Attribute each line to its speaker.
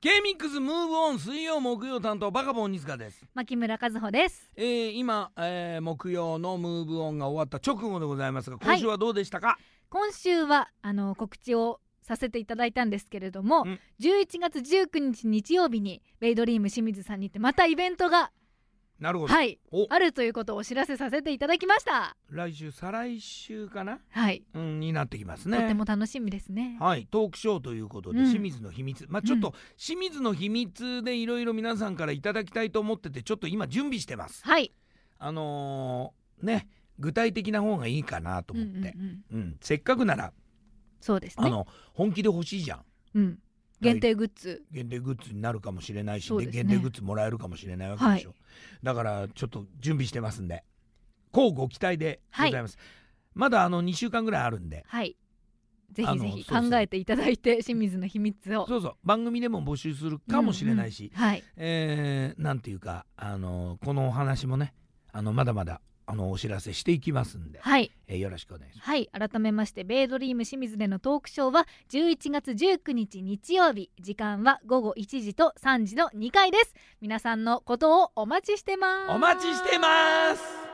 Speaker 1: K ミックスムーブオン水曜木曜担当バカボン西塚です、
Speaker 2: 牧村和穂です
Speaker 1: えー、今、えー、木曜のムーブオンが終わった直後でございますが
Speaker 2: はい
Speaker 1: 今週はどうでしたか、
Speaker 2: 今週はあの告知をさせていただいたんですけれども
Speaker 1: うん
Speaker 2: 11月19日日曜日にベイドリーム清水さんにてまたイベントが
Speaker 1: なるほど、
Speaker 2: はい
Speaker 1: お
Speaker 2: あるということをお知らせさせていただきました
Speaker 1: 来週再来週かな、
Speaker 2: はい、
Speaker 1: うん、になってきます
Speaker 2: とて
Speaker 1: ね
Speaker 2: も楽しみですね
Speaker 1: はいトークショーということで、
Speaker 2: うん
Speaker 1: 清水の秘密まあちょっと清水の秘密でいろいろ皆さんからいただきたいと思っててちょっと今準備してます
Speaker 2: はい
Speaker 1: あのーね具体的な方がいいかなと思って、
Speaker 2: うんうんうん
Speaker 1: うんせっかくなら
Speaker 2: そうです
Speaker 1: あ
Speaker 2: ね
Speaker 1: の本気で欲しいじゃん
Speaker 2: うん限定グッズ
Speaker 1: 限定グッズになるかもしれないし、
Speaker 2: そう
Speaker 1: で
Speaker 2: ですね
Speaker 1: 限定グッズもらえるかもしれないわけでしょ、だからちょっと準備してますんでこうご期待でございます、まだあの2週間ぐらいあるんで
Speaker 2: はいぜ
Speaker 1: あ
Speaker 2: ひ
Speaker 1: の
Speaker 2: ぜひ
Speaker 1: そうそう
Speaker 2: 考えていただいて清水の秘密を
Speaker 1: そうそう番組でも募集するかもしれないし、
Speaker 2: うんうんはい
Speaker 1: えーなんていうかあのこのお話もねあのまだまだあのお知らせしていきますんで、
Speaker 2: はい
Speaker 1: えーよろしくお願いしま
Speaker 2: はい改めましてベイドリーム清水でのトークショーは11月19日日曜日時間は午後1時と3時の2回です皆さんのことをお待ちしてます
Speaker 1: すお待ちしてます